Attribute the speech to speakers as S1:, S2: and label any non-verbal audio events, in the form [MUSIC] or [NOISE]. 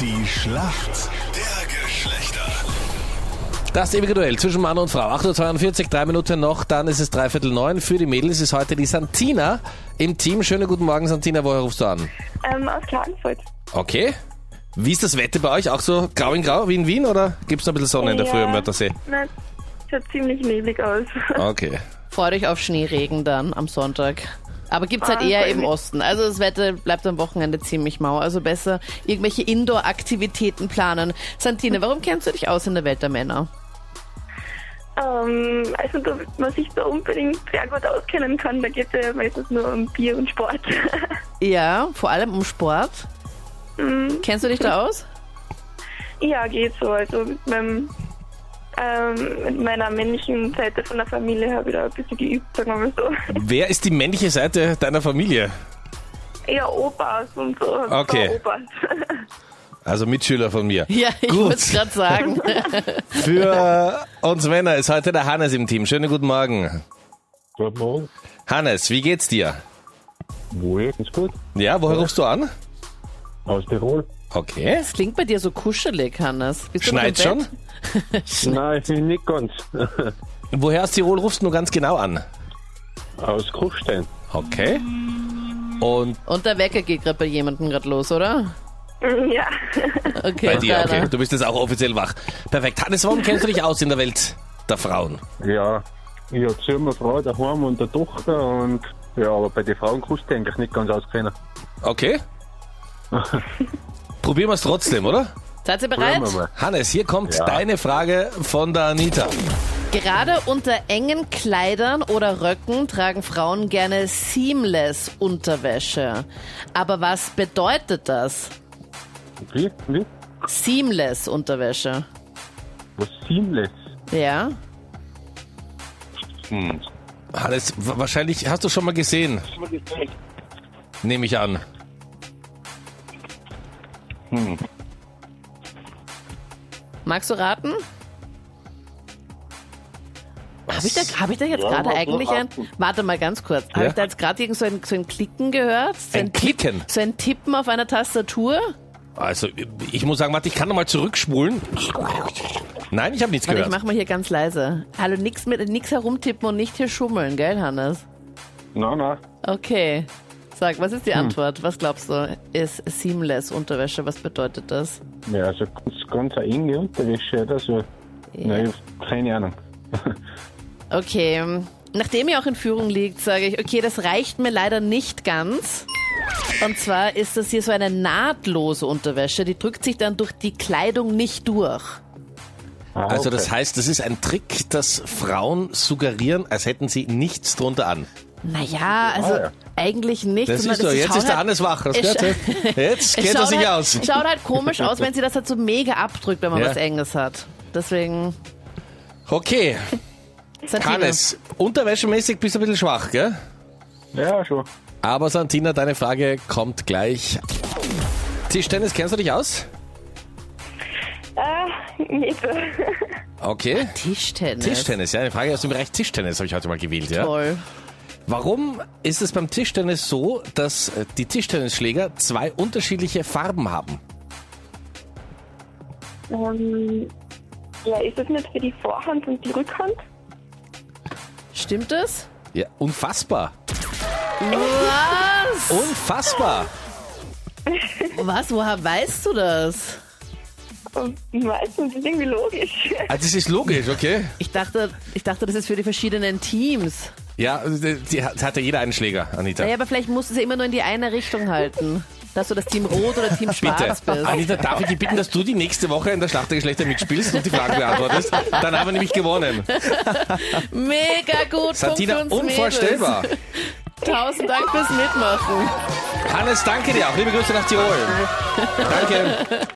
S1: Die Schlacht der Geschlechter.
S2: Das ewige Duell zwischen Mann und Frau. 8.42 Uhr, drei Minuten noch, dann ist es dreiviertel neun. Für die Mädels ist heute die Santina im Team. Schönen guten Morgen, Santina. Woher rufst du an?
S3: Ähm, aus Klagenfurt.
S2: Okay. Wie ist das Wetter bei euch? Auch so grau in grau wie in Wien oder gibt es noch ein bisschen Sonne in der
S3: Ja.
S2: Früh am Wörthersee?
S3: Nein, sieht ziemlich neblig aus. [LAUGHS]
S2: Okay.
S4: Freut euch auf Schneeregen dann am Sonntag. Aber gibt's halt
S3: Ah,
S4: eher
S3: voll
S4: im
S3: mit.
S4: Osten. Also das Wetter bleibt am Wochenende ziemlich mau. Also besser irgendwelche Indoor-Aktivitäten planen. Santine, warum kennst du dich aus in der Welt der Männer?
S3: ähm, also, da man sich da unbedingt sehr gut auskennen kann, da geht es ja meistens nur um Bier und Sport. [LAUGHS]
S4: Ja, vor allem um Sport. Kennst du dich da aus?
S3: Mhm. ja, geht so. Also, mit, meinem, ähm, mit meiner männlichen Seite von der Familie habe ich da ein bisschen geübt, sagen wir mal so. [LAUGHS]
S2: Wer ist die männliche Seite deiner Familie?
S3: Eher Opas und so.
S2: Okay.
S3: So Opas. [LAUGHS]
S2: Also Mitschüler von mir.
S4: [LAUGHS] Ja, ich
S2: Gut.
S4: wollte es gerade sagen.
S2: Für uns Männer ist heute der Hannes im Team. Schönen guten Morgen.
S5: Guten Morgen.
S2: Hannes, wie geht's dir?
S5: Wohl, ganz gut.
S2: Ja, woher rufst du an?
S5: Aus Tirol.
S2: Okay.
S4: [LAUGHS] Das klingt bei dir so kuschelig, Hannes. Bist du noch im
S2: Schneit schon?
S4: Bett?
S5: Nein, nicht ganz.
S2: Woher aus Tirol rufst du nur ganz genau an?
S5: [LAUGHS] Aus Kufstein.
S2: Okay. Und
S4: [LAUGHS] Und der Wecker geht gerade bei jemandem gerade los, oder?
S3: Mhm, ja.
S4: Okay,
S2: bei dir,
S4: leider.
S2: okay. Du bist jetzt auch offiziell wach. Perfekt. Hannes, warum kennst du dich aus in der Welt der Frauen?
S5: Ja, ich habe zu meiner Frau daheim und der Tochter und ja, aber bei den Frauen kannst du eigentlich nicht ganz auskennen.
S4: [LAUGHS]
S2: Okay. Probieren wir es trotzdem, oder?
S4: Seid ihr
S5: Schauen
S4: bereit?
S5: wir mal.
S2: Hannes, hier kommt
S5: Ja.
S2: deine Frage von der Anita.
S4: Gerade unter engen Kleidern oder Röcken tragen Frauen gerne seamless Unterwäsche. Aber was bedeutet das?
S5: Wie? Wie?
S4: Seamless Unterwäsche.
S5: Was seamless?
S4: Ja?
S5: Hm.
S2: Hannes, wa- wahrscheinlich hast du schon mal gesehen, nehme ich an.
S4: Magst du raten? Habe ich, da, hab ich da jetzt
S5: Ja,
S4: gerade
S5: mach mal
S4: eigentlich ein.
S5: raten.
S4: Warte mal ganz kurz. Habe
S2: Ja?
S4: ich da jetzt gerade irgend so ein, so ein Klicken gehört? So
S2: Ein Klicken.
S4: So ein Tippen auf einer Tastatur?
S2: Also, ich muss sagen, warte, ich kann nochmal zurückspulen. Nein, ich habe nichts
S4: Warte,
S2: gehört.
S4: ich mache mal hier ganz leise. Hallo, nix, mit, nix herumtippen und nicht hier schummeln, gell, Hannes?
S5: Nein, nein.
S4: Okay. Sag, was
S2: Hm.
S4: ist die Antwort? Was glaubst du? Ist seamless Unterwäsche, was bedeutet das?
S5: Ja, also ganz, ganz eine enge Unterwäsche, oder so. Nein, ich hab keine Ahnung. [LAUGHS]
S4: Okay. Nachdem ihr auch in Führung liegt, sage ich, okay, das reicht mir leider nicht ganz. Und zwar ist das hier so eine nahtlose Unterwäsche, die drückt sich dann durch die Kleidung nicht durch.
S5: Ah,
S2: Also das
S5: okay.
S2: heißt, das ist ein Trick, dass Frauen suggerieren, als hätten sie nichts drunter an.
S4: Naja, also
S5: ja.
S4: eigentlich nicht.
S2: Ah, Das
S4: sondern
S2: ist doch,
S4: es
S2: jetzt
S4: schaut
S2: ist der
S4: halt-
S2: Hannes wach. Das
S4: es
S2: gehört, [LAUGHS]
S4: scha-
S2: ja. jetzt
S4: es
S2: kennt er
S4: schaut
S2: sich
S4: halt,
S2: aus.
S4: Schaut halt komisch aus, wenn sie das halt so mega abdrückt, wenn man
S2: Ja.
S4: was Enges hat. Deswegen,
S2: Okay,
S4: Santino.
S2: Hannes, unterwäschemäßig bist du ein bisschen schwach, gell?
S5: Ja, schon.
S2: Aber Santina, deine Frage kommt gleich. Tischtennis, kennst du dich aus?
S3: Äh, nicht so. [LAUGHS]
S2: Okay.
S4: Tischtennis.
S2: Tischtennis, ja, eine Frage aus dem Bereich Tischtennis habe ich heute mal gewählt, ja.
S4: Toll.
S2: Warum ist es beim Tischtennis so, dass äh, die Tischtennisschläger zwei unterschiedliche Farben haben?
S3: ähm, ja, ist das nicht für die Vorhand und die Rückhand?
S4: Stimmt es?
S2: Ja, unfassbar.
S4: Was?
S2: Unfassbar.
S4: Was? Woher weißt du das?
S3: Und meistens ist es irgendwie logisch. [LAUGHS]
S2: Also das ist logisch, okay?
S4: Ich dachte, ich dachte, das ist für die verschiedenen Teams.
S2: Ja, also, die, die hat hat ja jeder einen Schläger, Anita.
S4: Naja, aber vielleicht musst du es ja immer nur in die eine Richtung halten. Dass du das Team Rot oder Team
S2: Bitte,
S4: Schwarz bist.
S2: Anita, darf ich dich bitten, dass du die nächste Woche in der Schlacht der Geschlechter mitspielst und die Fragen beantwortest? Dann haben wir nämlich gewonnen.
S4: Mega gut.
S2: Santina,
S4: Punkt für uns
S2: unvorstellbar.
S4: Mädels. Tausend Dank fürs Mitmachen.
S2: Hannes, danke dir auch. Liebe Grüße nach Tirol. Danke.